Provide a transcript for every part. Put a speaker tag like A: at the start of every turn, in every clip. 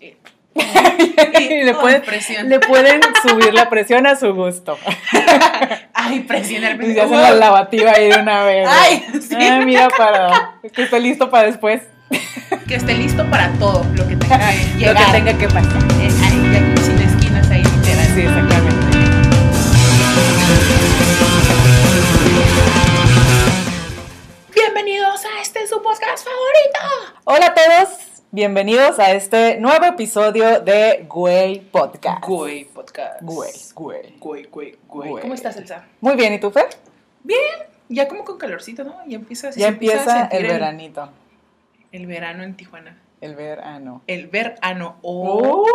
A: Eh,
B: y le,
A: Ay,
B: pueden,
A: presión.
B: le pueden subir la presión a su gusto.
A: Ay, presión al
B: Y ya hacen la lavativa ahí de una vez. ¿no?
A: "Oh". Ay, sí.
B: Ah, mira, para que esté listo para después.
A: Que esté listo para todo lo que tenga que
B: Lo
A: llegar.
B: que tenga que pasar.
A: Eh, ahí, ya, sin esquinas ahí, literal.
B: Sí, exactamente.
A: Bienvenidos a este su podcast favorito.
B: Hola a todos, bienvenidos a este nuevo episodio de Güey Podcast.
A: Güey, podcast.
B: Güey, güey.
A: Güey, güey,
B: Güey.
A: ¿Cómo estás, Elsa?
B: Muy bien, ¿y tú, Fer?
A: Ya como con calorcito, ¿no? Ya empieza, se
B: Ya empieza
A: sentir
B: el veranito.
A: El verano en Tijuana.
B: El verano.
A: El verano. Oh.
B: Uh,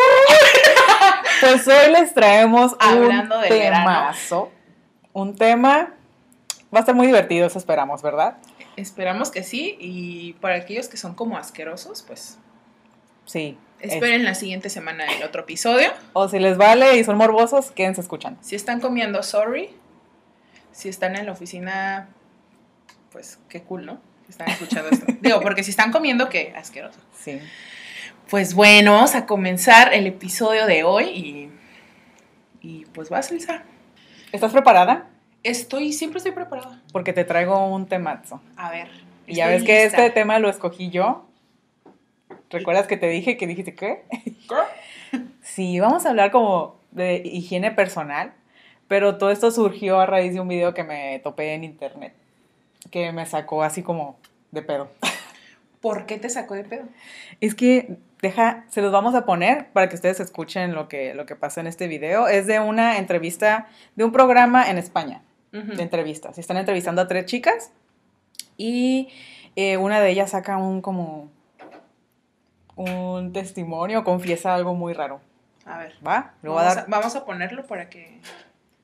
B: Pues hoy les traemos
A: Hablando
B: un
A: del verano.
B: temazo. Un tema. Va a estar muy divertido, eso esperamos, ¿verdad?
A: Esperamos que sí. Y para aquellos que son como asquerosos, pues
B: Sí. es-
A: esperen la siguiente semana el otro episodio.
B: O si les vale y son morbosos, quédense escuchando.
A: Si están comiendo, sorry. Si están en la oficina, pues qué cool, ¿no? Que Están escuchando esto. Digo, porque si están comiendo, qué asqueroso.
B: Sí.
A: Pues bueno, vamos a comenzar el episodio de hoy y, y pues vas, Elsa.
B: ¿Estás preparada?
A: Estoy, siempre estoy preparada.
B: Porque te traigo un temazo.
A: A ver.
B: Y ya ves
A: estoy
B: que
A: lista.
B: este tema lo escogí yo. ¿Recuerdas que te dije que dijiste qué? Sí, vamos a hablar como de higiene personal, pero todo esto surgió a raíz de un video que me topé en internet, que me sacó así como de pedo.
A: ¿Por qué te sacó de pedo?
B: Es que, deja, se los vamos a poner para que ustedes escuchen lo que, lo que pasa en este video. Es de una entrevista, de un programa en España. de entrevistas. Están entrevistando a tres chicas y eh, una de ellas saca un como un testimonio, confiesa algo muy raro.
A: A ver.
B: ¿Va? Lo voy a
A: Vamos a,
B: dar.
A: vamos a ponerlo para que.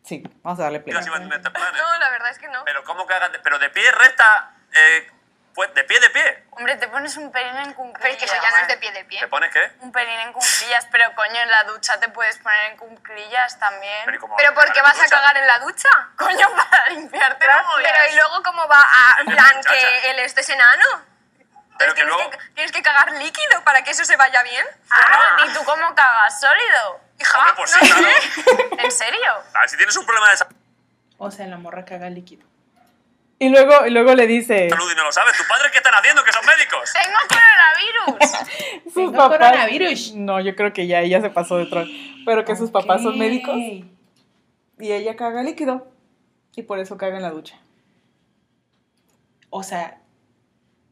B: Sí, vamos a darle play.
C: Así va a tener este plan, ¿eh?
D: No, la verdad es que no.
C: Pero cómo que hagan de- pero de pie recta, eh, pues de pie de pie.
D: Hombre, te pones un pelín en cunclillas.
E: Pero es que eso ya no es de pie de pie.
C: ¿Te pones qué?
D: Un pelín en cunclillas, pero coño, en la ducha te puedes poner en cunclillas también.
C: Pero ¿y cómo?
E: Pero ¿por qué vas a
C: Ducha.
E: cagar en la ducha?
D: Coño, para limpiarte la
E: Pero ¿y luego cómo va a en plan que él este es enano?
C: Pero que
D: tienes,
C: luego
D: que, tienes que cagar líquido para que eso se vaya bien.
C: Ah.
D: Ah, ¿y tú cómo cagas? ¿Sólido? Hija,
C: Hombre, pues
D: no
C: sí, claro.
D: sé. ¿En serio?
C: Ah, si tienes un problema de salud
A: O sea, la morra caga líquido.
B: Y luego, y luego le dice
C: y no lo sabes, ¿tus padres qué están haciendo que son médicos?
D: Tengo coronavirus.
B: sus
A: Tengo
B: papás.
A: Pues coronavirus.
B: No, yo creo que ya ella se pasó de tron. Pero que sus papás son médicos
A: Ok.
B: y ella caga líquido y por eso caga en la ducha.
A: O sea,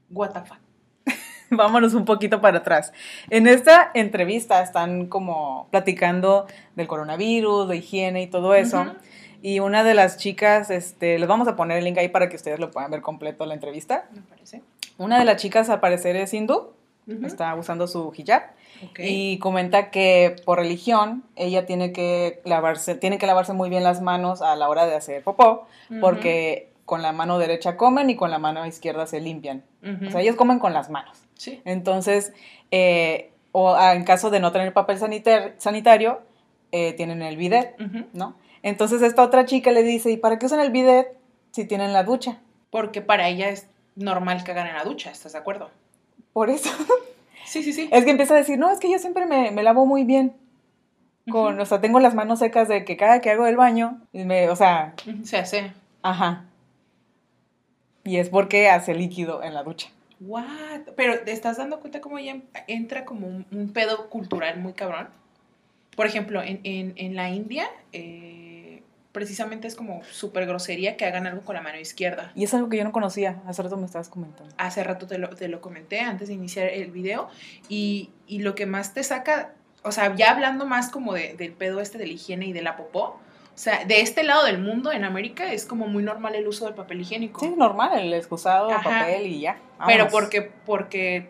A: what the fuck.
B: Vámonos un poquito para atrás. En esta entrevista están como platicando del coronavirus, de higiene y todo eso.
A: Ujú.
B: Y una de las chicas, este, les vamos a poner el link ahí para que ustedes lo puedan ver completo la entrevista.
A: Me parece.
B: Una de las chicas al parecer es hindú,
A: Ujú.
B: está usando su hijab
A: Ok.
B: y comenta que por religión ella tiene que lavarse, tiene que lavarse muy bien las manos a la hora de hacer popó,
A: Ujú.
B: porque con la mano derecha comen y con la mano izquierda se limpian.
A: Ujú.
B: O sea, ellos comen con las manos.
A: Sí.
B: Entonces, eh, o ah, en caso de no tener papel sanitar- sanitario, eh, tienen el bidet,
A: Ujú.
B: ¿no? Entonces esta otra chica le dice, ¿y para qué usan el bidet si tienen la ducha?
A: Porque para ella es normal cagar en la ducha, ¿estás de acuerdo?
B: Por eso.
A: Sí, sí, sí.
B: Es que empieza a decir, no, es que yo siempre me, me lavo muy bien. Con, O sea, tengo las manos secas de que cada que hago el baño, me, o sea,
A: Ujú. Se hace.
B: ajá. Y es porque hace líquido en la ducha.
A: What? Pero te estás dando cuenta cómo ella entra como un, un pedo cultural muy cabrón. Por ejemplo, en, en- en la India, eh, precisamente es como súper grosería que hagan algo con la mano izquierda.
B: Y es algo que yo no conocía, hace rato me estabas comentando.
A: hace rato te lo, te lo comenté antes de iniciar el video, y, y lo que más te saca, o sea, ya hablando más como de- del pedo este de la higiene y de la popó, o sea, de este lado del mundo, en América, es como muy normal el uso del papel higiénico.
B: Sí, normal, el excusado,
A: Ajá.
B: papel y ya.
A: pero
B: vámonos.
A: porque, porque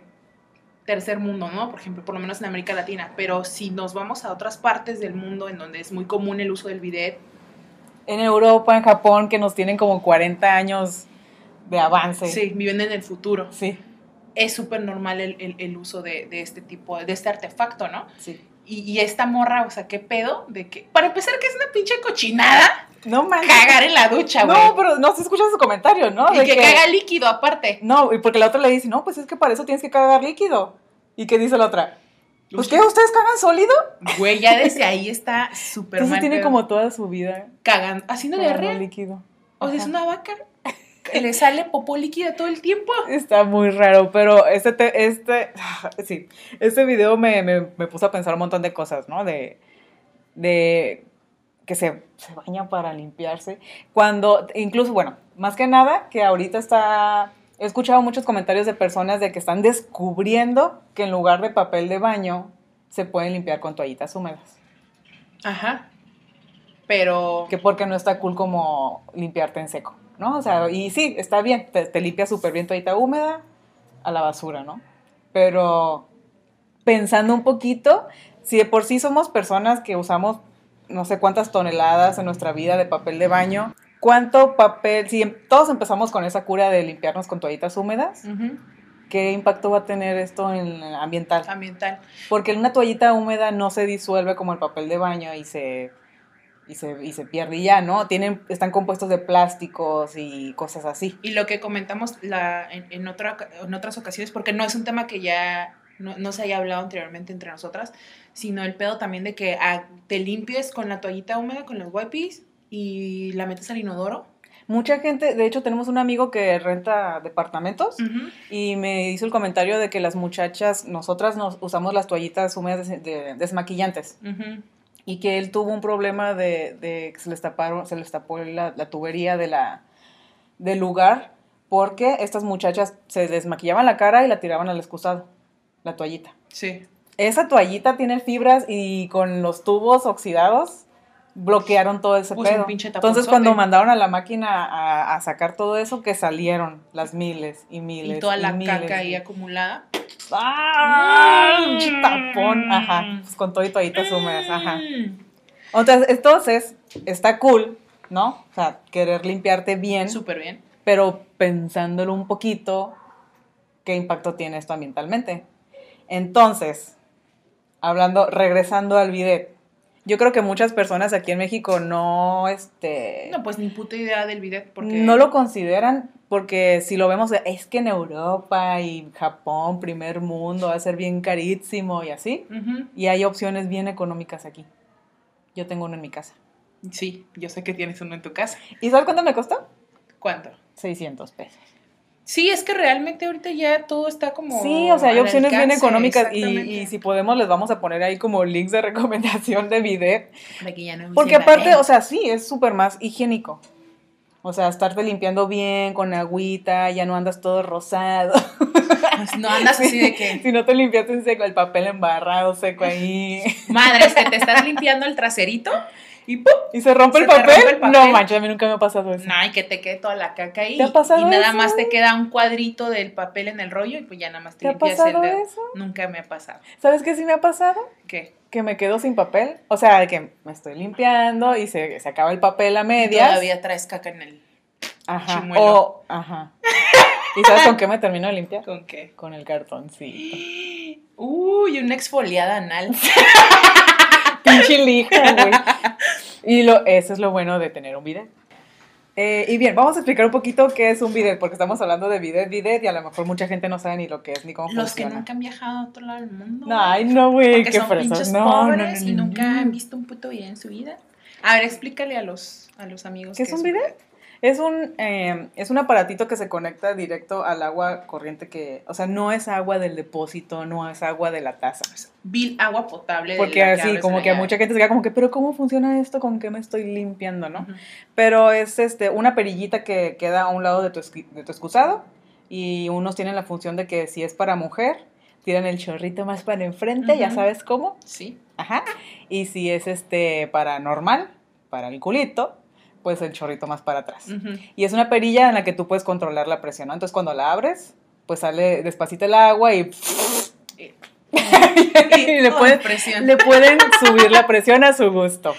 A: tercer mundo, ¿no? Por ejemplo, por lo menos en América Latina, pero si nos vamos a otras partes del mundo en donde es muy común el uso del bidet,
B: en Europa, en Japón, que nos tienen como 40 años de avance.
A: sí, viven en el futuro,
B: Sí,
A: es súper normal el, el- el uso de, de este tipo, de este artefacto, ¿no?
B: sí.
A: Y, y esta morra, o sea, qué pedo de que. Para empezar, que es una pinche cochinada
B: No manches.
A: cagar en la ducha, güey.
B: No, pero no se escucha su comentario, ¿no?
A: y
B: De
A: que, caga líquido aparte.
B: No, y porque la otra le dice, no, pues es que para eso tienes que cagar líquido. ¿Y qué dice la otra? ¿Pues qué? ¿Ustedes cagan sólido?
A: Güey, ya desde ahí está súper
B: Entonces
A: mal
B: tiene
A: pedo.
B: como toda su vida.
A: cagando, haciendo
B: cagando
A: diarrea.
B: líquido.
A: O sea, es
B: Ajá.
A: una vaca. que Le sale popó líquida todo el tiempo.
B: Está muy raro, pero este, te- este, sí, este video me, me, me puso a pensar un montón de cosas, ¿no? De, de que se, se baña para limpiarse. Cuando, incluso, bueno, más que nada, que ahorita está, he escuchado muchos comentarios de personas de que están descubriendo que en lugar de papel de baño se pueden limpiar con toallitas húmedas.
A: Ajá. Pero.
B: Que porque no está cool como limpiarte en seco, ¿no? O sea, y sí, está bien, te, te limpia súper bien toallita húmeda a la basura, ¿no? Pero pensando un poquito, si de por sí somos personas que usamos no sé cuántas toneladas en nuestra vida de papel de baño, ¿cuánto papel, si em- todos empezamos con esa cura de limpiarnos con toallitas húmedas,
A: Ujú,
B: qué impacto va a tener esto en el ambiental?
A: Ambiental.
B: Porque una toallita húmeda no se disuelve como el papel de baño y se, y se, y se pierde y ya, ¿no? Tienen, están compuestos de plásticos y cosas así.
A: Y lo que comentamos la, en, en, otra, oca- en otras ocasiones, porque no es un tema que ya no, no se haya hablado anteriormente entre nosotras, sino el pedo también de que ah, te limpies con la toallita húmeda, con los wipes y la metes al inodoro.
B: Mucha gente, de hecho tenemos un amigo que renta departamentos
A: Mm.
B: y me hizo el comentario de que las muchachas, nosotras nos usamos las toallitas húmedas des- de- desmaquillantes
A: Ujú.
B: y que él tuvo un problema de, de que se les taparon, se les tapó la, la tubería de la, del lugar porque estas muchachas se desmaquillaban la cara y la tiraban al excusado, la toallita.
A: Sí.
B: Esa toallita tiene fibras y con los tubos oxidados bloquearon todo ese
A: Puso un
B: pedo.
A: pinche
B: Entonces
A: taponzote.
B: cuando mandaron a la máquina a, a sacar todo eso, que salieron las miles y miles.
A: Y toda la
B: miles
A: caca ahí Mm.
B: y-
A: acumulada.
B: ¡Ah! Un tapón, ajá. Pues con todo y toallitas húmedas, ajá.
A: Mm,
B: Entonces, entonces, está cool, ¿no? O sea, querer limpiarte bien,
A: Súper bien.
B: pero pensándolo un poquito, ¿qué impacto tiene esto ambientalmente? Entonces, hablando, regresando al bidet, yo creo que muchas personas aquí en México no, este,
A: No, pues ni puta idea del bidet porque
B: no lo consideran porque si lo vemos, es que en Europa y Japón, primer mundo, va a ser bien carísimo y así,
A: Ujú.
B: y hay opciones bien económicas aquí. Yo tengo uno en mi casa.
A: Sí, yo sé que tienes uno en tu casa.
B: ¿Y sabes cuánto me costó?
A: ¿Cuánto?
B: 600 pesos.
A: Sí, es que realmente ahorita ya todo está como.
B: Sí, o sea, hay
A: al
B: opciones bien
A: alcance,
B: económicas y, y
A: exactamente.
B: si podemos les vamos a poner ahí como links de recomendación de bidet.
A: Para que ya no
B: Porque
A: se
B: aparte,
A: mareen.
B: o sea, sí, es súper más higiénico. O sea, estarte limpiando bien con agüita, ya no andas todo rosado.
A: No andas así de que.
B: si no te limpiaste en seco, el papel embarrado seco ahí.
A: Madre, es que te estás limpiando el traserito y ¡pum!
B: ¿Y se rompe,
A: ¿Se
B: el
A: te
B: papel?
A: rompe el papel?
B: No manches, a mí nunca me ha pasado eso.
A: Nah, y que te quede toda la caca ahí.
B: ¿Te ha pasado
A: y nada
B: eso?
A: más te queda un cuadrito del papel en el rollo y pues ya nada más te,
B: ¿Te ha
A: limpias el
B: pasado
A: dedo.
B: eso?
A: Nunca me ha pasado.
B: ¿Sabes qué sí me ha pasado?
A: ¿Qué?
B: Que me quedo sin papel. O sea, que me estoy limpiando y se, se acaba el papel a medias.
A: Todavía traes caca en el.
B: Ajá.
A: Chimuelo.
B: O, ajá. ¿Y sabes con qué me termino de limpiar?
A: ¿Con qué?
B: Con el cartoncito.
A: Uy, una exfoliada anal.
B: Pinche lija, güey. Y lo, eso es lo bueno de tener un bidet. Eh, y bien, vamos a explicar un poquito qué es un bidet, porque estamos hablando de bidet, bidet, y a lo mejor mucha gente no sabe ni lo que es ni cómo
A: Los que
B: funciona.
A: nunca han viajado a otro lado del mundo.
B: No, ay, no, güey,
A: Porque
B: qué
A: son
B: fresas.
A: pinches
B: No, no, no,
A: pobres y
B: no,
A: nunca
B: no.
A: han visto un puto bidet en su vida. A ver, explícale a los, a los amigos.
B: ¿Qué es un bidet? Es un, eh, es un aparatito que se conecta directo al agua corriente que, o sea, no es agua del depósito, no es agua de la taza.
A: Vil agua potable. de
B: Porque
A: la
B: así,
A: abres
B: como
A: la
B: que a
A: llave.
B: mucha gente se queda como que, pero ¿cómo funciona esto? ¿Con qué me estoy limpiando, no?
A: Ujú.
B: Pero es este, una perillita que queda a un lado de tu, esqui- de tu excusado y unos tienen la función de que si es para mujer, tiran el chorrito más para enfrente, ya
A: Ujú.
B: sabes cómo.
A: Sí.
B: Ajá. Y si es este para normal, para el culito, pues el chorrito más para atrás.
A: Ujú.
B: Y es una perilla en la que tú puedes controlar la presión, ¿no? Entonces cuando la abres, pues sale despacito el agua y...
A: Y-
B: y le
A: Ay,
B: puedes
A: presión.
B: le pueden subir la presión a su gusto.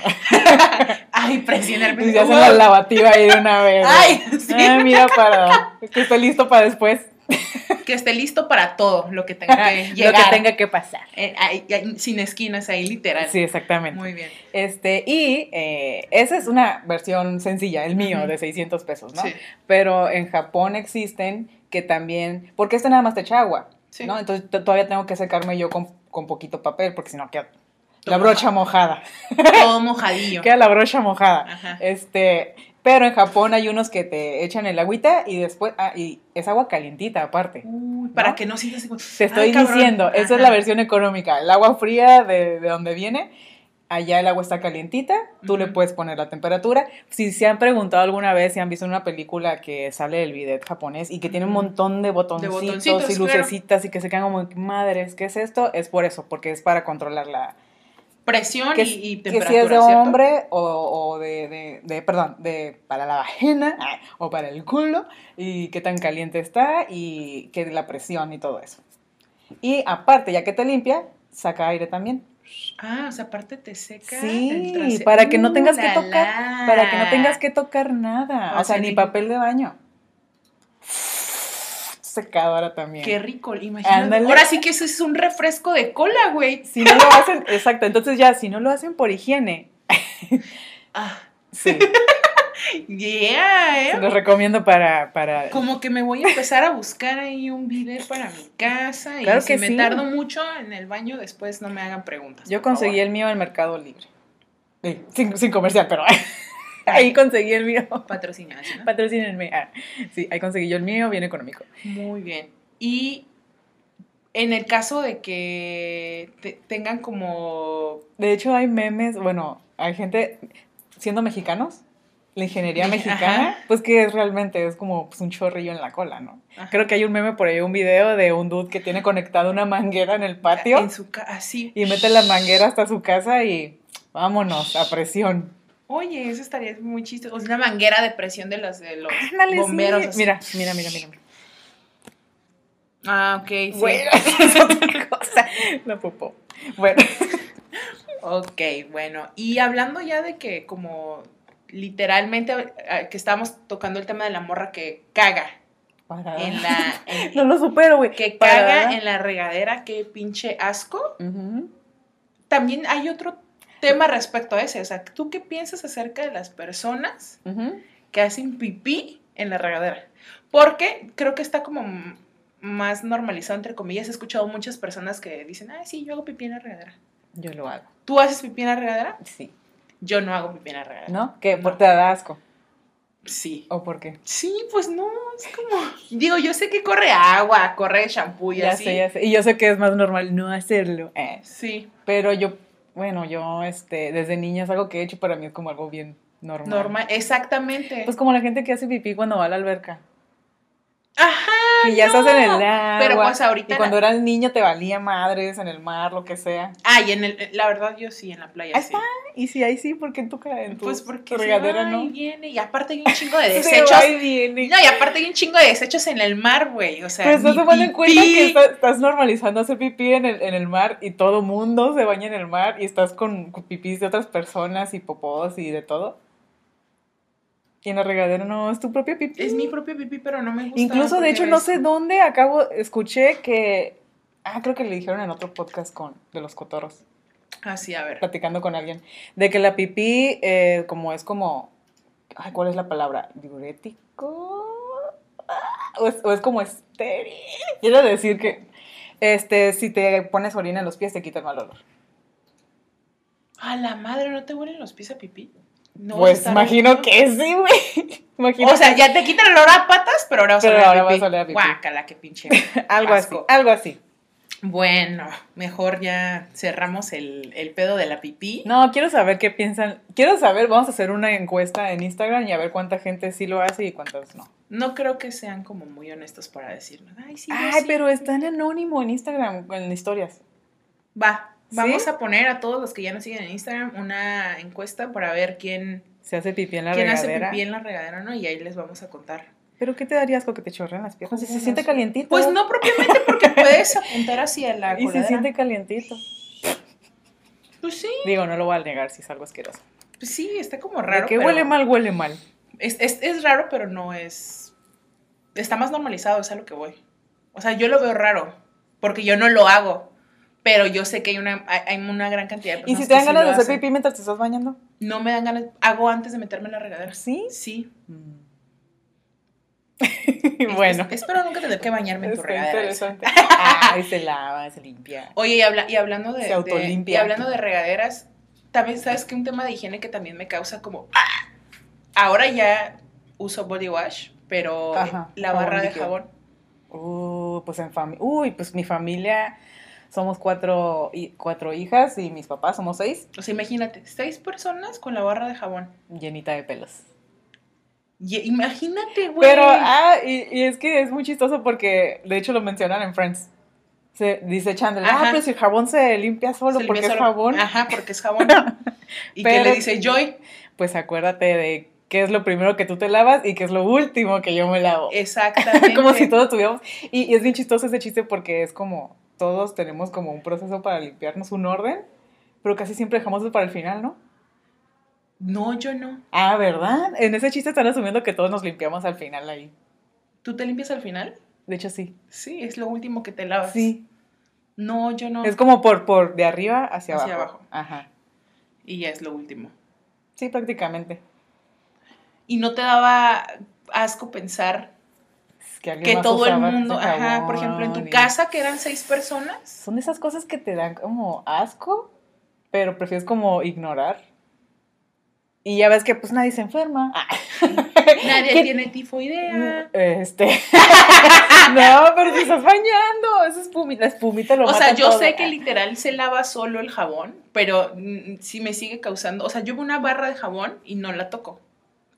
A: Ay, presión al
B: Y ya hacen la lavativa ahí de una vez. güey.
A: Ay, sí.
B: Ah, mira, para que esté listo para después
A: Que esté listo para todo lo que tenga que llegar.
B: lo que tenga que pasar.
A: Eh, ahí- ahí, sin esquinas, ahí literal.
B: Sí, exactamente.
A: Muy bien.
B: Este, y eh, esa es una versión sencilla, el mío, de 600 pesos, Pues, ¿no?
A: Sí.
B: Pero en Japón existen que también, porque este nada más te echa agua,
A: Sí.
B: ¿no? Entonces t- todavía tengo que secarme yo con, con poquito papel, porque si no queda
A: Todo
B: la brocha mojada.
A: Todo mojadillo.
B: Queda la brocha mojada.
A: Ajá.
B: Este, pero en Japón hay unos que te echan el agüita y después, ah, y es agua calientita aparte.
A: Uy, para
B: Eh, ¿no?
A: que no sigas como,
B: Te estoy
A: "Ay, cabrón".
B: diciendo, esa es la
A: Ajá.
B: versión económica. El agua fría de, de donde viene, allá el agua está calientita, tú le
A: Ujú.
B: puedes poner la temperatura. Si se han preguntado alguna vez, si han visto una película que sale del bidet japonés y que tiene un
A: Ujú.
B: montón de botoncitos,
A: botoncitos,
B: y
A: claro.
B: lucecitas y que se quedan como, madres, ¿qué es esto? Es por eso, porque es para controlar la...
A: Presión
B: Que,
A: y, y
B: que
A: temperatura,
B: si es de
A: ¿cierto?
B: hombre o, o de, de- de- perdón, de para la vagina ah, o para el culo y qué tan caliente está y que la presión y todo eso. Y aparte, ya que te limpia, saca aire también.
A: Ah, o sea, aparte te seca el
B: Sí,
A: trasero.
B: para que no
A: Uh,
B: tengas que
A: la,
B: tocar,
A: la.
B: para que no tengas que tocar nada,
A: O
B: Ah. o sea,
A: sea,
B: ni
A: ni-
B: papel de baño. Secadora también.
A: Qué rico, imagínate.
B: Ándale.
A: Ahora sí que eso es un refresco de cola, güey.
B: Si no lo hacen, exacto, entonces ya, si no lo hacen por higiene,
A: Ah,
B: sí,
A: yeah,
B: se
A: eh.
B: los recomiendo para, para
A: Como que me voy a empezar a buscar ahí un bidet para mi casa. Y
B: Claro
A: si
B: que
A: me
B: sí.
A: tardo mucho en el baño, después no me hagan preguntas.
B: Yo
A: por
B: conseguí
A: favor.
B: el mío en Mercado Libre. Sí, sin, sin comercial, pero ahí conseguí el mío.
A: Patrocinado, ¿no?
B: Patrocínenme. Ah, sí, ahí conseguí yo el mío, bien económico.
A: Muy bien. Y en el caso de que te- tengan como
B: De hecho, hay memes, bueno, hay gente siendo mexicanos, la ingeniería mexicana,
A: Ajá.
B: pues que es realmente, es como pues, un chorrillo en la cola, ¿no?
A: Ajá.
B: Creo que hay un meme por ahí, un video de un dude que tiene conectada una manguera en el patio
A: Ah, en su casa, así.
B: y mete la manguera hasta su casa y vámonos a presión.
A: Oye, eso estaría muy chistoso. Es una manguera de presión de los, de los
B: Ándale, sí.
A: bomberos. así.
B: Mira, mira, mira, mira. mira.
A: Ah, ok, sí.
B: Bueno, es otra cosa. La popó. Bueno,
A: Ok, bueno. Y hablando ya de que como literalmente ah, que estábamos tocando el tema de la morra que caga
B: parada.
A: en la... en-
B: Ah. No lo supero, güey.
A: que
B: Parada.
A: caga en la regadera, qué pinche asco.
B: Ujú.
A: también hay otro tema respecto a ese. O sea, ¿tú qué piensas acerca de las personas
B: Ujú.
A: que hacen pipí en la regadera? Porque creo que está como m- más normalizado, entre comillas. He escuchado muchas personas que dicen, ah, sí, yo hago pipí en la regadera.
B: Yo lo hago.
A: ¿Tú haces pipí en la regadera?
B: Sí.
A: Yo no hago pipí en la regadera.
B: ¿No? ¿Qué? ¿Por
A: No.
B: te da asco?
A: Sí.
B: ¿O por qué?
A: Sí, pues no, es como... Digo, yo sé que corre agua, corre shampoo y
B: ya
A: así.
B: sé, ya sé. Y yo sé que es más normal no hacerlo. eh.
A: Sí,
B: Pero yo, bueno, yo este, desde niña es algo que he hecho para mí es como algo bien normal.
A: normal, exactamente.
B: Pues como la gente que hace pipí cuando va a la alberca.
A: Ajá,
B: Y ya
A: Ah, no.
B: estás en el agua.
A: Pero pues ahorita...
B: y cuando eras niño te valía madres en el mar, lo que sea.
A: Ah, y en el, la verdad yo sí, en la playa
B: Ahí
A: sí.
B: está. Y si ahí sí, ¿por qué en tu, ca- en tu
A: Pues porque se
B: regadera
A: va
B: no?
A: y viene y aparte hay un chingo de
B: Se
A: desechos.
B: va y viene.
A: No, y aparte hay un chingo de desechos en el mar, güey. O sea,
B: Pero Pues estás
A: ni
B: tomando en cuenta
A: pipí.
B: que está- estás normalizando hacer pipí en el, en el mar y todo mundo se baña en el mar y estás con con pipís de otras personas y popós y de todo. Y en la regadera no, es tu propio pipí.
A: es mi propio pipí, pero no me gusta.
B: Incluso, de
A: porque
B: hecho, no
A: es-
B: sé dónde acabo, escuché que... Ah, creo que le dijeron en otro podcast con, de los cotorros
A: Ah, sí, a ver.
B: platicando con alguien, de que la pipí, eh, como es como, ay, ¿cuál es la palabra? ¿Diurético? Ah, O es, o es como estéril. Quiero decir que, este, si te pones orina en los pies, te quita el mal olor.
A: A la madre, ¿no te huelen los pies a pipí? No,
B: pues
A: está
B: imagino
A: rico.
B: que sí, güey. Imagino
A: O sea, ya te quitan el olor a patas, pero ahora vas
B: Pero
A: a oler
B: ahora
A: a pipí.
B: vas a oler a pipí.
A: Guácala, qué pinche.
B: algo
A: asco.
B: así, algo así.
A: bueno, mejor ya cerramos el, el pedo de la pipí.
B: No, quiero saber qué piensan. Quiero saber, vamos a hacer una encuesta en Instagram y a ver cuánta gente sí lo hace y cuántas no.
A: No creo que sean como muy honestos para decirnos. Ay, sí, yo
B: Ay,
A: sí,
B: pero está en anónimo en Instagram, en historias.
A: Va, vamos
B: ¿Sí?
A: a poner a todos los que ya nos siguen en Instagram una encuesta para ver quién,
B: Se hace pipí en la
A: quién hace
B: regadera.
A: pipí en la regadera, ¿no? Y ahí les vamos a contar.
B: ¿Pero qué te daría asco que te chorren las piernas? Si se
A: ¿Cómo
B: siente
A: no?
B: calientito.
A: Pues no propiamente porque puedes apuntar hacia la
B: Y se
A: coladera.
B: siente calientito.
A: Pues sí,
B: Digo, no lo voy a negar si es algo asqueroso.
A: pues sí, está como
B: De
A: raro.
B: que
A: pero-
B: huele mal, huele mal.
A: Es, es- es raro, pero no es... Está más normalizado, es a lo que voy. O sea, yo lo veo raro, porque yo no lo hago. Pero yo sé que hay una, hay- hay una gran cantidad de
B: ¿Y
A: personas
B: si te dan
A: que sí
B: ganas
A: lo
B: de hacer
A: hacen.
B: pipí mientras te estás bañando? Mm.
A: No me dan ganas, hago antes de meterme en la regadera.
B: ¿Sí?
A: Sí, Es-
B: bueno.
A: es- espero nunca tener que bañarme en tu
B: Está
A: regadera.
B: interesante. Ay, se lava, se limpia.
A: Oye, y, habla- y hablando de,
B: Se
A: de-
B: autolimpia.
A: y hablando de regaderas, también sabes que un tema de higiene que también me causa como ¡ah! ahora ya uso body wash, pero
B: Ajá,
A: la
B: jabón
A: barra de
B: líquido.
A: jabón.
B: Uh, pues en familia. Uy, pues mi familia somos cuatro, hi- cuatro hijas y mis papás somos seis,
A: O sea, imagínate, seis personas con la barra de jabón.
B: llenita de pelos.
A: Y- imagínate, güey.
B: Pero, ah, y, y es que es muy chistoso porque, de hecho, lo mencionan en Friends. Se dice Chandler, ah,
A: Ajá.
B: pero si el jabón se limpia
A: Se
B: solo
A: limpia
B: porque es
A: solo-
B: jabón,
A: Ajá, porque es jabón. ¿Y que
B: Pero-
A: le dice Joy?
B: pues acuérdate de qué es lo primero que tú te lavas y qué es lo último que yo me lavo.
A: Exactamente.
B: como si todos tuviéramos. Y, y es bien chistoso ese chiste porque es como todos tenemos como un proceso para limpiarnos, un orden, pero casi siempre dejamos eso para el final, ¿no?
A: No, yo no.
B: Ah, ¿verdad? En ese chiste están asumiendo que todos nos limpiamos al final ahí.
A: ¿Tú te limpias al final?
B: De hecho, sí.
A: Sí, es lo último que te lavas.
B: Sí.
A: No, yo no.
B: Es como por, por de arriba hacia abajo.
A: Hacia abajo.
B: Ajá.
A: Y ya es lo último.
B: Sí, prácticamente.
A: y no te daba asco pensar
B: Es Que, alguien
A: que
B: más
A: todo el
B: usaba ese
A: mundo, ajá,
B: jabón
A: por ejemplo, en tu
B: y-
A: casa que eran seis personas,
B: Son de esas cosas que te dan como asco, pero prefieres como ignorar. Y ya ves que pues nadie se enferma.
A: Ah. nadie
B: ¿Qué?
A: tiene tifoidea.
B: Este. no, pero te estás bañando. Esa espumita, la espumita lo
A: O sea,
B: mata
A: yo
B: todo.
A: sé que literal se lava solo el jabón, pero mm, sí me sigue causando, o sea, yo veo una barra de jabón y no la toco.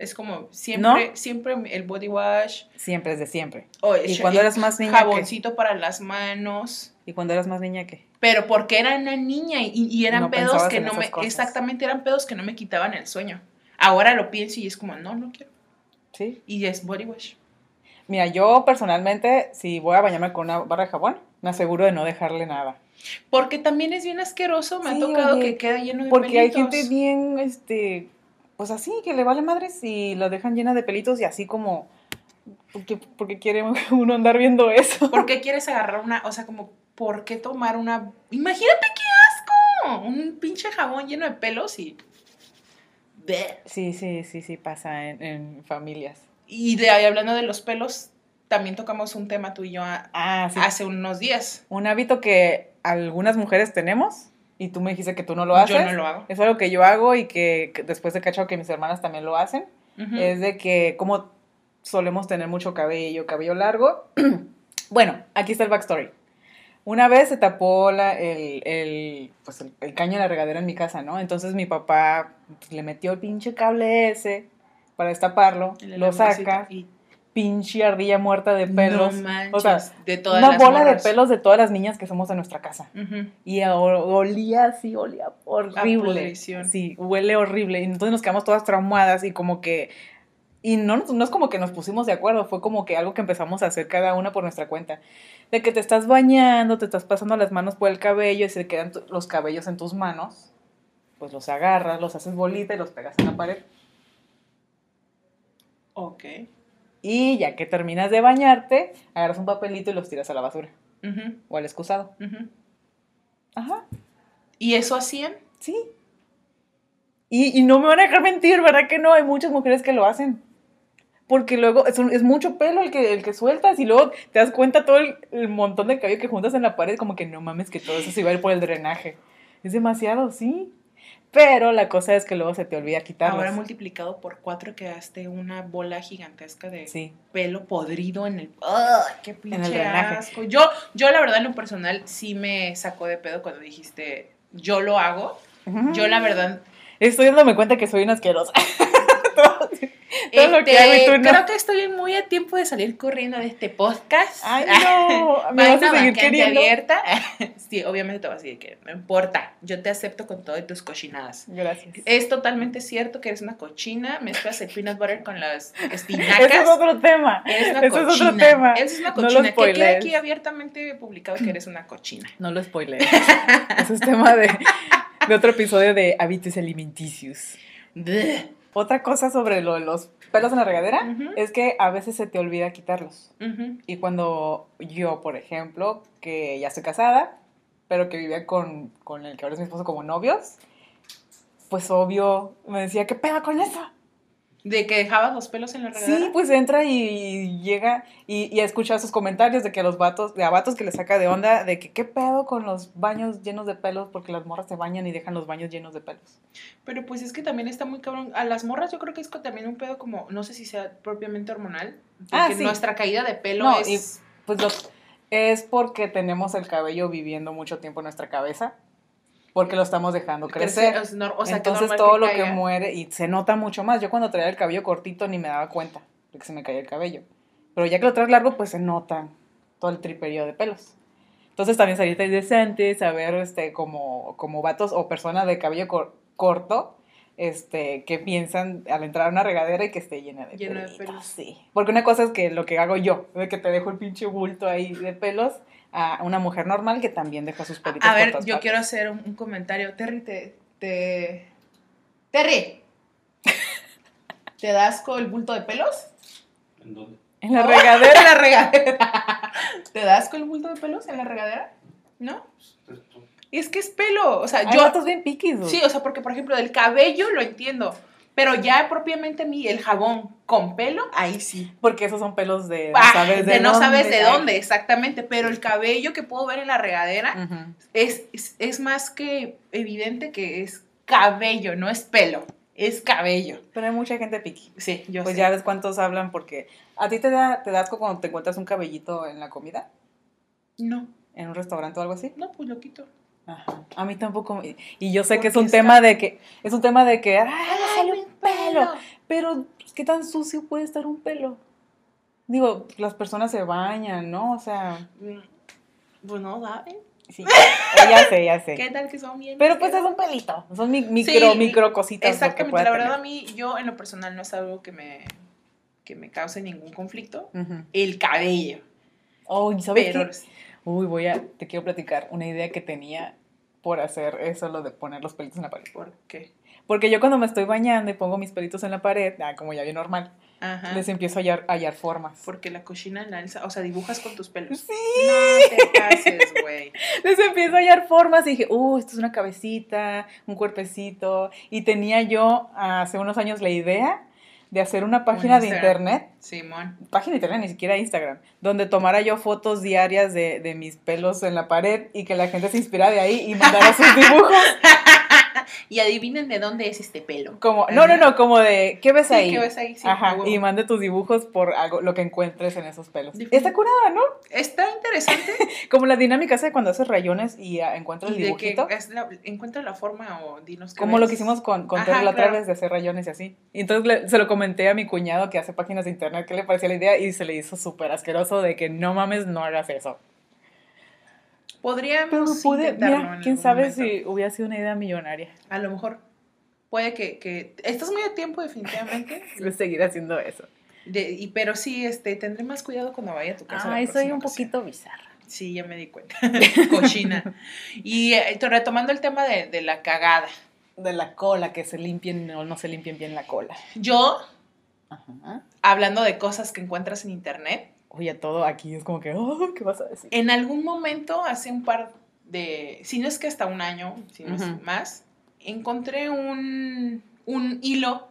A: Es como siempre, siempre el body wash.
B: Ah, Siempre es de siempre.
A: o
B: Y
A: sh-
B: cuando
A: el
B: eras más niña. ¿qué?
A: eh, Jaboncito para las manos.
B: Y cuando eras más niña, ¿qué?
A: Pero porque era una niña y, y eran
B: No
A: pedos
B: pensabas
A: que
B: en
A: no
B: esas
A: me...
B: cosas.
A: Exactamente, eran pedos que no me quitaban el sueño. Ahora lo pienso y es como, no, no quiero.
B: Sí.
A: Y es body wash.
B: Mira, yo personalmente, si voy a bañarme con una barra de jabón, me aseguro de no dejarle nada.
A: Porque también es bien asqueroso, me
B: Sí,
A: ha tocado
B: oye,
A: que queda lleno de
B: Porque hay
A: pelitos.
B: gente bien, este, pues así, que le vale madres y la dejan llena de pelitos y así como, porque, porque quiere uno andar viendo eso.
A: ¿Por qué quieres agarrar una, o sea, como, por qué tomar una, imagínate qué asco, un pinche jabón lleno de pelos y Bleh.
B: Sí, sí, sí, sí, pasa en, en familias.
A: y de ahí hablando de los pelos, también tocamos un tema tú y yo a-
B: Ah, sí.
A: hace unos días.
B: Un hábito que algunas mujeres tenemos y tú me dijiste que tú no lo haces.
A: Yo no lo hago.
B: Es algo que yo hago y que que después he cachado que mis hermanas también lo hacen.
A: Ujú.
B: es de que como solemos tener mucho cabello, cabello largo. bueno, aquí está el backstory. Una vez se tapó la- el, el, pues el, el caño de la regadera en mi casa, ¿no? Entonces mi papá pues, le metió el pinche cable ese para destaparlo,
A: El
B: lo
A: alambrecito.
B: saca,
A: y
B: pinche ardilla muerta de pelos.
A: No manches,
B: o sea,
A: de todas
B: una
A: las
B: bola
A: morras.
B: de pelos de todas las niñas que somos de nuestra casa.
A: Ujú.
B: Y o- olía así, olía horrible.
A: pudrición.
B: Sí, huele horrible. Y entonces nos quedamos todas traumadas y como que... Y no, nos- no es como que nos pusimos de acuerdo, fue como que algo que empezamos a hacer cada una por nuestra cuenta. De que te estás bañando, te estás pasando las manos por el cabello y se quedan tu- los cabellos en tus manos, pues los agarras, los haces bolita y los pegas en la pared.
A: Ok.
B: Y ya que terminas de bañarte, agarras un papelito y los tiras a la basura
A: Ujú,
B: o al excusado.
A: ujú.
B: Ajá.
A: ¿Y eso hacían?
B: Sí. Y, y no me van a dejar mentir, ¿verdad que no? Hay muchas mujeres que lo hacen. Porque luego es, un- es mucho pelo el que, el que sueltas y luego te das cuenta todo el, el montón de cabello que juntas en la pared, como que no mames que todo eso se iba a ir por el drenaje. Es demasiado, sí. Pero la cosa es que luego se te olvida quitarlos.
A: Ahora multiplicado por cuatro quedaste una bola gigantesca de
B: Sí.
A: pelo podrido en el. ¡Ay, ¡Qué pinche
B: drenaje.
A: asco! Yo, yo, la verdad, en lo personal, sí me sacó de pedo cuando dijiste, yo lo hago. Yo, la verdad.
B: Estoy dándome cuenta que soy una asquerosa. Todo lo que
A: este,
B: hago y tú no.
A: Creo que estoy muy a tiempo de salir corriendo de este podcast.
B: Ay, no. Me
A: Vaina
B: vas a seguir
A: vacante
B: queriendo.
A: abierta. sí, obviamente te vas a seguir queriendo. No importa. Yo te acepto con todas tus cochinadas.
B: Gracias.
A: Es totalmente cierto que eres una cochina. Mezclas el peanut butter con las espinacas.
B: Ese es otro tema.
A: Eres una
B: Ese es
A: cochina.
B: otro tema.
A: Eres una
B: No lo
A: cochina. que queda
B: spoilees.
A: aquí abiertamente publicado que eres una cochina.
B: No lo spoilees. Ese es tema de, de otro episodio de Hábitos Alimenticios.
A: Bleh.
B: Otra cosa sobre lo de los pelos en la regadera
A: Ujú,
B: es que a veces se te olvida quitarlos.
A: ujú.
B: Y cuando yo, por ejemplo, que ya estoy casada, pero que vivía con, con el que ahora es mi esposo como novios, pues obvio me decía, ¿qué pedo con eso?
A: de que dejabas los pelos en la regadera.
B: Sí, pues entra y llega y, y ha escuchado sus comentarios de que los vatos, de a vatos que le saca de onda, de que qué pedo con los baños llenos de pelos, porque las morras se bañan y dejan los baños llenos de pelos.
A: Pero pues es que también está muy cabrón. A las morras yo creo que es co- también un pedo como, no sé si sea propiamente hormonal, porque
B: Ah, sí.
A: nuestra caída de pelo
B: No,
A: es...
B: Pues los- es porque tenemos el cabello viviendo mucho tiempo en nuestra cabeza, porque lo estamos dejando crecer.
A: es nor- o sea, que
B: Entonces
A: normal
B: todo lo que
A: caiga.
B: muere y se nota mucho más. Yo cuando traía el cabello cortito ni me daba cuenta de que se me caía el cabello. Pero ya que lo traes largo, pues se nota todo el triperío de pelos. Entonces también sería interesante saber este, como, como vatos o personas de cabello cor- corto este, que piensan al entrar a una regadera y que esté llena de,
A: Llena de
B: pelitos,
A: pelos.
B: Sí. Porque una cosa es que lo que hago yo, de que te dejo el pinche bulto ahí de pelos, a una mujer normal que también deja sus pelitos
A: A
B: por
A: ver,
B: todas
A: yo
B: partes.
A: quiero hacer un, un comentario. Terry, te... te... Terry. ¿Te das con el bulto de pelos?
F: ¿En dónde?
B: En la regadera.
A: En la regadera. ¿Te das con el bulto de pelos en la regadera? ¿No? Es que es pelo. O sea,
B: Hay
A: yo...
B: vatos bien piquis. dude.
A: Sí, o sea, porque por ejemplo del cabello lo entiendo, pero ya propiamente mi el jabón con pelo, ahí sí.
B: Porque esos son pelos de
A: Ah, de no sabes de dónde, exactamente, pero el cabello que puedo ver en la regadera
B: Ujú.
A: es, es, es más que evidente que es cabello, no es pelo, es cabello.
B: Pero hay mucha gente piqui.
A: Sí, yo
B: Pues
A: sé.
B: ya ves cuántos hablan porque a ti te da te da asco cuando te encuentras un cabellito en la comida,
A: No,
B: en un restaurante o algo así.
A: no, pues lo quito.
B: Ajá. A mí tampoco. me- Y yo sé que es
A: Porque
B: un
A: está-
B: tema de que es un tema de que ah, le sale un pelo. Pero pues, qué tan sucio puede estar un pelo. Digo, las personas se bañan, ¿no? O sea,
A: Mm, Pues no saben.
B: sí. Eh, ya sé, ya sé.
A: ¿Qué tal que son bien?
B: Pero pues es
A: asquerosos?
B: un pelito. Son mi- micro,
A: Sí,
B: micro cositas. lo que
A: Exactamente,
B: pueda
A: la verdad
B: tener.
A: a mí, yo en lo personal no es algo que me, que me cause ningún conflicto.
B: Ujú.
A: El cabello.
B: Oh, ¿y ¿sabes
A: Pero
B: qué? Uy, voy a, te quiero platicar una idea que tenía por hacer eso, lo de poner los pelitos en la pared.
A: ¿por qué?
B: Porque yo cuando me estoy bañando y pongo mis pelitos en la pared, ah, como ya bien normal,
A: Ajá.
B: les empiezo a hallar, a hallar formas.
A: Porque la cochina en la alza, o sea, dibujas con tus pelos.
B: Sí,
A: No te pases, güey.
B: les empiezo a hallar formas y dije, uh, esto es una cabecita, un cuerpecito. Y tenía yo hace unos años la idea de hacer una página de
A: Instagram.
B: internet,
A: Simón.
B: página de internet, ni siquiera Instagram, donde tomara yo fotos diarias de, de mis pelos en la pared y que la gente se inspirara de ahí y mandara sus dibujos.
A: Y adivinen de dónde es este pelo.
B: Como, no, no, no, como de, ¿qué ves
A: Sí,
B: ahí?
A: ¿qué ves ahí? Sí, a
B: Ajá,
A: huevo.
B: y mande tus dibujos por algo, lo que encuentres en esos pelos.
A: Dif-
B: Está curada, ¿no?
A: Está interesante.
B: Como la dinámica esa de cuando haces rayones y ah, encuentras el
A: y de que
B: dibujito.
A: es la- encuentra la forma o dinos qué
B: Como lo
A: ves.
B: que hicimos con, con
A: Ajá,
B: Terry la otra
A: claro.
B: vez de hacer rayones y así. Y entonces le- se lo comenté a mi cuñado que hace páginas de internet que le parecía la idea y se le hizo súper asqueroso de que no mames, no hagas eso.
A: Podríamos
B: Pero pude,
A: intentarlo
B: mira,
A: en
B: quién
A: algún
B: sabe
A: momento.
B: si hubiera sido una idea millonaria
A: A lo mejor puede que, que... Estás muy a tiempo definitivamente.
B: de seguir haciendo eso.
A: De- y, pero sí, este, tendré más cuidado cuando vaya a tu casa. la
B: Ay, soy
A: próxima
B: un
A: ocasión.
B: poquito bizarra.
A: Sí, ya me di cuenta. Cochina. Y eh, to- retomando el tema de, de la cagada.
B: De la cola, que se limpien o no se limpien bien la cola.
A: Yo,
B: Ajá.
A: hablando de cosas que encuentras en internet,
B: Oye, todo aquí es como que, oh, ¿qué vas a decir?
A: en algún momento, hace un par de, si no es que hasta un año, si no
B: Ujú.
A: es más, encontré un, un hilo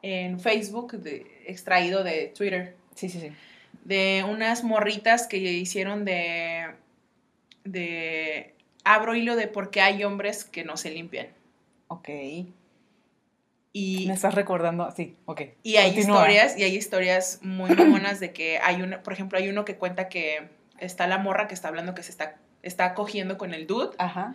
A: en Facebook de- extraído de Twitter
B: Sí, sí, sí.
A: de unas morritas que hicieron de, de abro hilo de por qué hay hombres que no se limpian.
B: Ok.
A: Y
B: Me estás recordando, sí, ok.
A: Y hay
B: Continúa.
A: historias, y hay historias muy buenas de que hay una, por ejemplo, hay uno que cuenta que está la morra que está hablando que se está, está cogiendo con el dude
B: Ajá.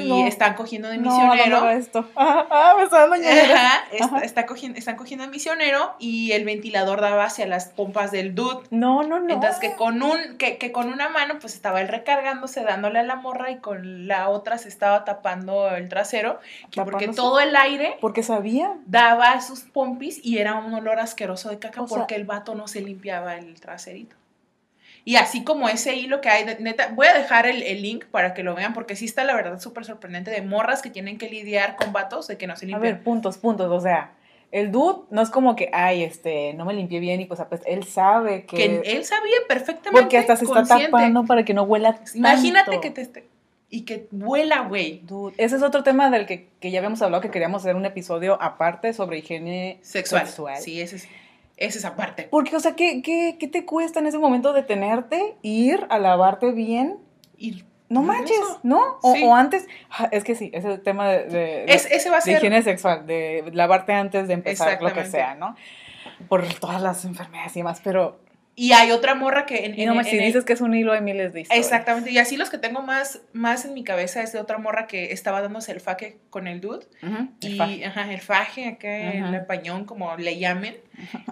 A: y están cogiendo de
B: no, ¿a dónde
A: misionero.
B: va esto. Ah, ah, me está dando ñañaras.
A: Ajá, está-
B: Ajá.
A: está cogiendo, están cogiendo de misionero y el ventilador daba hacia las pompas del dude.
B: No, no, no.
A: Entonces que con un, que, que con una mano pues estaba él recargándose, dándole a la morra y con la otra se estaba tapando el trasero, que porque
B: Tapándose.
A: todo el aire
B: Porque sabía.
A: daba sus pompis y era un olor asqueroso de caca
B: O sea-
A: porque el vato no se limpiaba el traserito. Y así como ese hilo que hay, de- neta, voy a dejar el, el link para que lo vean porque sí está la verdad súper sorprendente de morras que tienen que lidiar con vatos de que no se
B: A
A: limpian.
B: ver, puntos, puntos. O sea, el dude no es como que, ay, este, no me limpié bien y pues apesta. Él sabe que.
A: que él sabía perfectamente.
B: porque hasta se está
A: consciente.
B: tapando para que no huela.
A: Imagínate
B: tanto.
A: que te esté- y que vuela, güey.
B: Dude, ese es otro tema del que, que ya habíamos hablado que queríamos hacer un episodio aparte sobre higiene
A: Sexual. Sí, ese es, esa es aparte.
B: Porque, o sea, ¿qué, qué, qué te cuesta en ese momento detenerte, ir a lavarte bien?
A: Y Regreso.
B: No manches, ¿no? O,
A: Sí.
B: o antes, Ah, es que sí, ese tema de, de-
A: es-
B: de-
A: ese va a
B: de
A: ser.
B: higiene sexual, de lavarte antes de empezar lo que
A: Exactamente.
B: sea, ¿no? Por todas las enfermedades y más, pero
A: Y hay otra morra que en, en-
B: no, más,
A: en
B: si
A: el-
B: dices que es un hilo de miles de historias.
A: Exactamente, y así los que tengo más, más en mi cabeza es de otra morra que estaba dándose el faque con el dude.
B: Ujú, el
A: y
B: faje.
A: ajá, el faje acá,
B: Ajá.
A: el apañón, como le llamen,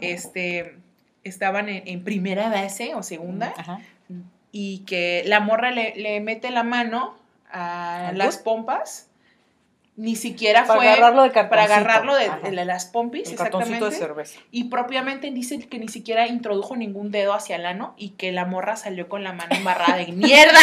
A: este, estaban en, en primera base o segunda,
B: Ajá.
A: y que la morra le, le mete la mano a
B: ¿Al
A: las
B: dude?
A: pompas, ni siquiera
B: Para
A: fue
B: agarrarlo de cartoncito.
A: para agarrarlo de,
B: Ajá.
A: de las pompis,
B: El
A: exactamente.
B: cartoncito de cerveza.
A: Y propiamente dice que ni siquiera introdujo ningún dedo hacia el ano y que la morra salió con la mano embarrada de mierda.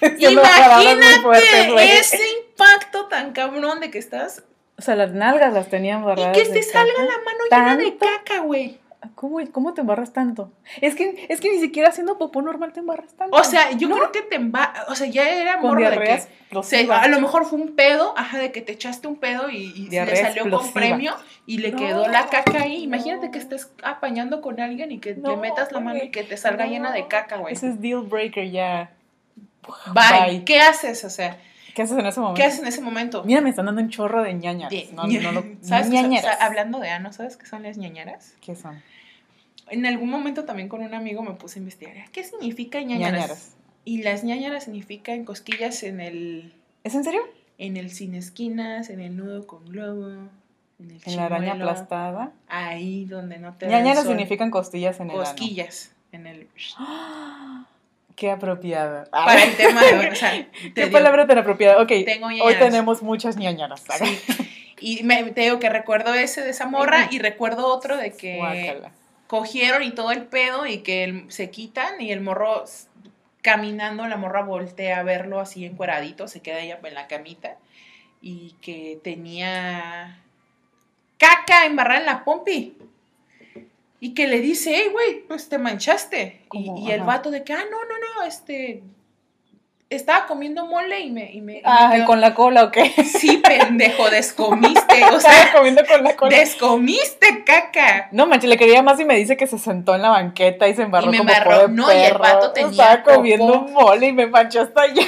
B: Son dos palabras muy fuertes, güey.
A: Imagínate ese impacto tan cabrón de que estás
B: O sea, las nalgas las tenían
A: y
B: barradas.
A: que te
B: de
A: salga
B: caca.
A: la mano llena de
B: Tanto.
A: caca, güey.
B: ¿Cómo, ¿Cómo te embarras tanto? Es que, es que ni siquiera haciendo popó normal te embarras tanto.
A: O sea, yo creo que te emba- o sea, ya era
B: con
A: morro de
B: diarreas
A: que se-
B: explosivas.
A: a lo mejor fue un pedo, ajá, de que te echaste un pedo y, y le
B: Diarrea
A: salió con
B: explosiva.
A: premio y le
B: No,
A: quedó la caca ahí. Imagínate
B: no.
A: que estés apañando con alguien y que
B: No,
A: te metas la mano
B: güey,
A: y que te salga
B: no.
A: llena de caca, güey.
B: Ese es deal breaker ya.
A: Bye.
B: Bye.
A: ¿Qué haces? O sea,
B: ¿Qué haces en ese momento?
A: ¿qué haces en ese momento?
B: Mira, me están dando un chorro de ñañas.
A: De-
B: No, no lo-
A: ¿Sabes qué son-
B: ñañeras.
A: o sea, hablando de ano, ¿sabes qué son las ñañeras?
B: ¿Qué son?
A: En algún momento también con un amigo me puse a investigar. ¿Qué significa ñañeras?
B: ñañeras.
A: Y las ñañaras significan cosquillas en el,
B: ¿Es en serio?
A: en el sin esquinas, en el nudo con globo, en el
B: En la araña
A: chimuelo,
B: aplastada.
A: Ahí donde no te da el
B: ñañeras
A: sol.
B: significan costillas en el ano.
A: cosquillas en el
B: ¡Ah! Qué apropiada.
A: para el tema de hoy, o sea, te
B: Ah. Qué
A: digo,
B: palabra tan apropiada. Ok,
A: tengo
B: hoy
A: ñañaras.
B: tenemos muchas ñañaras.
A: y me, te digo que recuerdo ese de esa morra y recuerdo otro de que
B: Guácala.
A: cogieron y todo el pedo y que el- se quitan y el morro s- caminando, la morra voltea a verlo así encueradito, se queda ella en la camita y que tenía caca embarrada en la pompi. Y que le dice, hey, güey, pues te manchaste. Y,
B: Como,
A: y el
B: ajá.
A: vato de que, ah, no, no, no, este, estaba comiendo mole y me... Y me, y me
B: Ay,
A: quedo-
B: con la cola o qué?
A: Sí, pendejo, descomiste, o
B: Estaba
A: sea,
B: comiendo con la cola.
A: descomiste caca.
B: No manches, le quería más y me dice que se sentó en la banqueta y se embarró
A: Y me
B: como
A: embarró.
B: pobre
A: No, y
B: perro.
A: el vato tenía
B: Estaba
A: popó.
B: comiendo un mole y me manchó hasta allá.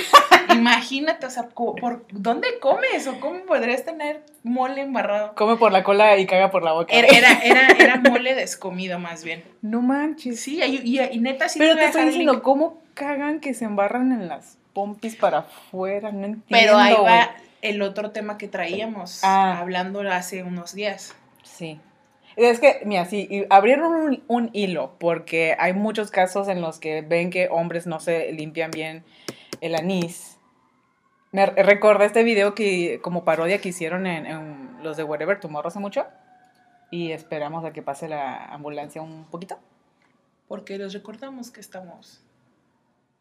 A: Imagínate, o sea, co- por, ¿dónde comes o cómo podrías tener mole embarrado?
B: Come por la cola y caga por la boca.
A: Era, era, era, era mole descomido más bien.
B: No manches.
A: Sí, y, y- y neta sí
B: Pero
A: voy
B: te
A: a
B: estoy
A: dejar el
B: diciendo,
A: link.
B: ¿cómo cagan que se embarran en las pompis para afuera? No entiendo.
A: Pero ahí
B: güey.
A: va el otro tema que traíamos
B: Ah.
A: hablando hace unos días.
B: Sí. Es que, mira, sí, y abrieron un, un hilo, porque hay muchos casos en los que ven que hombres no se limpian bien el anís. Me re- recordé este video que, como parodia que hicieron en, en los de Whatever Tomorrow hace mucho. Y esperamos a que pase la ambulancia un poquito.
A: Porque les recordamos que estamos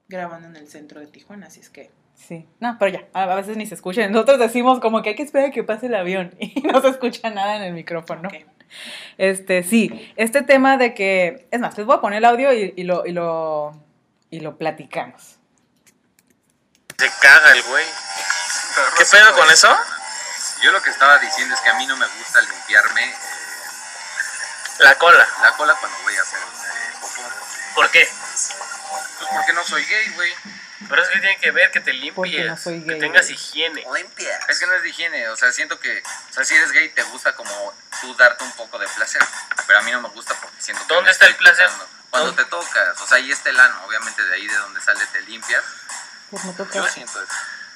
A: grabando en el centro de Tijuana, así es que.
B: Sí. No, pero ya, a, a veces ni se escucha. Nosotros decimos como que hay que esperar a que pase el avión y no se escucha nada en el micrófono.
A: ok.
B: Este, sí, este tema de que, es más, les voy a poner el audio y, y lo, y, lo, y lo platicamos.
C: Se caga el güey. ¿Qué pedo con eso?
F: Yo lo que estaba diciendo es que a mí no me gusta limpiarme eh,
C: La cola.
F: la cola cuando voy a hacer eh, popó.
C: ¿Por qué?
F: Pues porque no soy gay, güey.
C: Pero es que tiene que ver que te
B: Porque
C: limpies,
B: no soy
C: que
B: gay,
C: tengas
B: güey.
C: higiene.
F: Limpia. Es que no es de higiene, o sea, siento que, o sea, si eres gay te gusta como tú darte un poco de placer, pero a mí no me gusta porque siento que
C: ¿Dónde
F: me
C: está el
F: estoy
C: placer?
F: tocando. Cuando te tocas, o sea, ahí está el ano, obviamente de ahí de donde sale te limpias.
B: Pues no
F: Yo
B: tocas.
F: siento eso.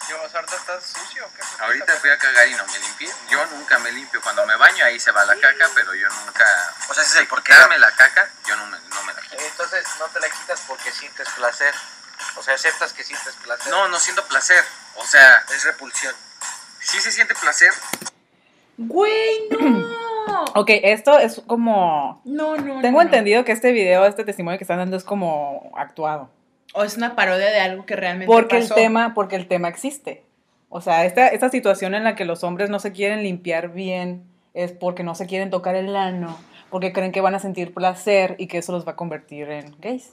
G: Yo, o sea, ahorita estás sucio. ¿Qué puta?
F: Ahorita fui a cagar y no me limpié. Yo nunca me limpio. Cuando me baño ahí se va la caca, pero yo nunca... O sea, ese es el por Darme la caca, yo no me, no me la quito.
G: Entonces no te la quitas porque sientes placer. O sea, aceptas que sientes placer.
F: No, no siento placer. O sea,
G: Es repulsión.
F: sí se siente placer,
A: Güey, no.
B: Ok, esto es como...
A: No, no.
B: Tengo
A: no, no.
B: entendido que este video, este testimonio que están dando es como actuado.
A: O es una parodia de algo que realmente
B: Porque el,
A: pasó.
B: tema, porque el tema existe. O sea, esta, esta situación en la que los hombres no se quieren limpiar bien es porque no se quieren tocar el ano, porque creen que van a sentir placer y que eso los va a convertir en gays.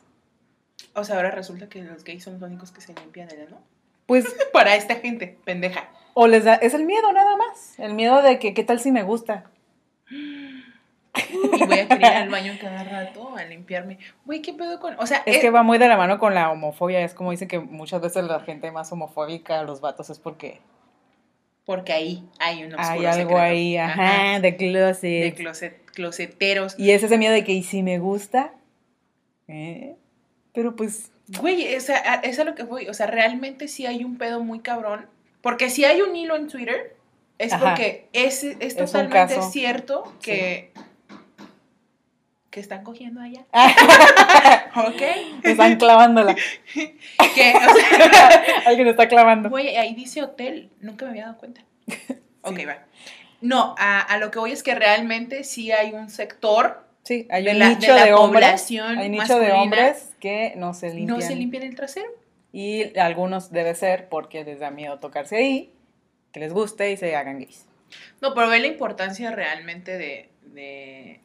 A: O sea, ahora resulta que los gays son los únicos que se limpian el ano.
B: Pues,
A: Para esta gente, pendeja.
B: o les da, es el miedo nada más. El miedo de que, ¿qué tal si me gusta?
A: Y voy a querer ir al baño cada rato a limpiarme. Güey, ¿qué pedo con...? O sea,
B: Es
A: eh,
B: que va muy de la mano con la homofobia. Es como dicen que muchas veces la gente más homofóbica, los vatos, es porque
A: porque ahí hay un
B: hay
A: oscuro
B: algo
A: pues, secreto.
B: ahí, ajá, de closet.
A: De closet, closeteros.
B: y es ese miedo de que, ¿y si me gusta? ¿Eh? Pero pues,
A: Güey, o sea, a- es a lo que voy. O sea, realmente sí hay un pedo muy cabrón. Porque si hay un hilo en Twitter, es
B: Ajá.
A: porque es, es
B: un
A: totalmente
B: caso.
A: cierto que. que están cogiendo allá.
B: Ah. me
A: ¿Ok?
B: están clavándola.
A: que, o sea,
B: Alguien está clavando.
A: güey, ahí dice hotel. Nunca me había dado cuenta. Ok, va. No, a, a lo que voy es que realmente sí hay un sector
B: Sí, hay
A: de
B: un
A: la, de
B: nicho de,
A: la
B: hombres.
A: población
B: Hay nicho de
A: masculina
B: hombres que no se limpian.
A: no se limpian el trasero.
B: Y algunos debe ser porque les da miedo tocarse ahí, que les guste y se hagan gays.
A: No, pero ve la importancia realmente de, de,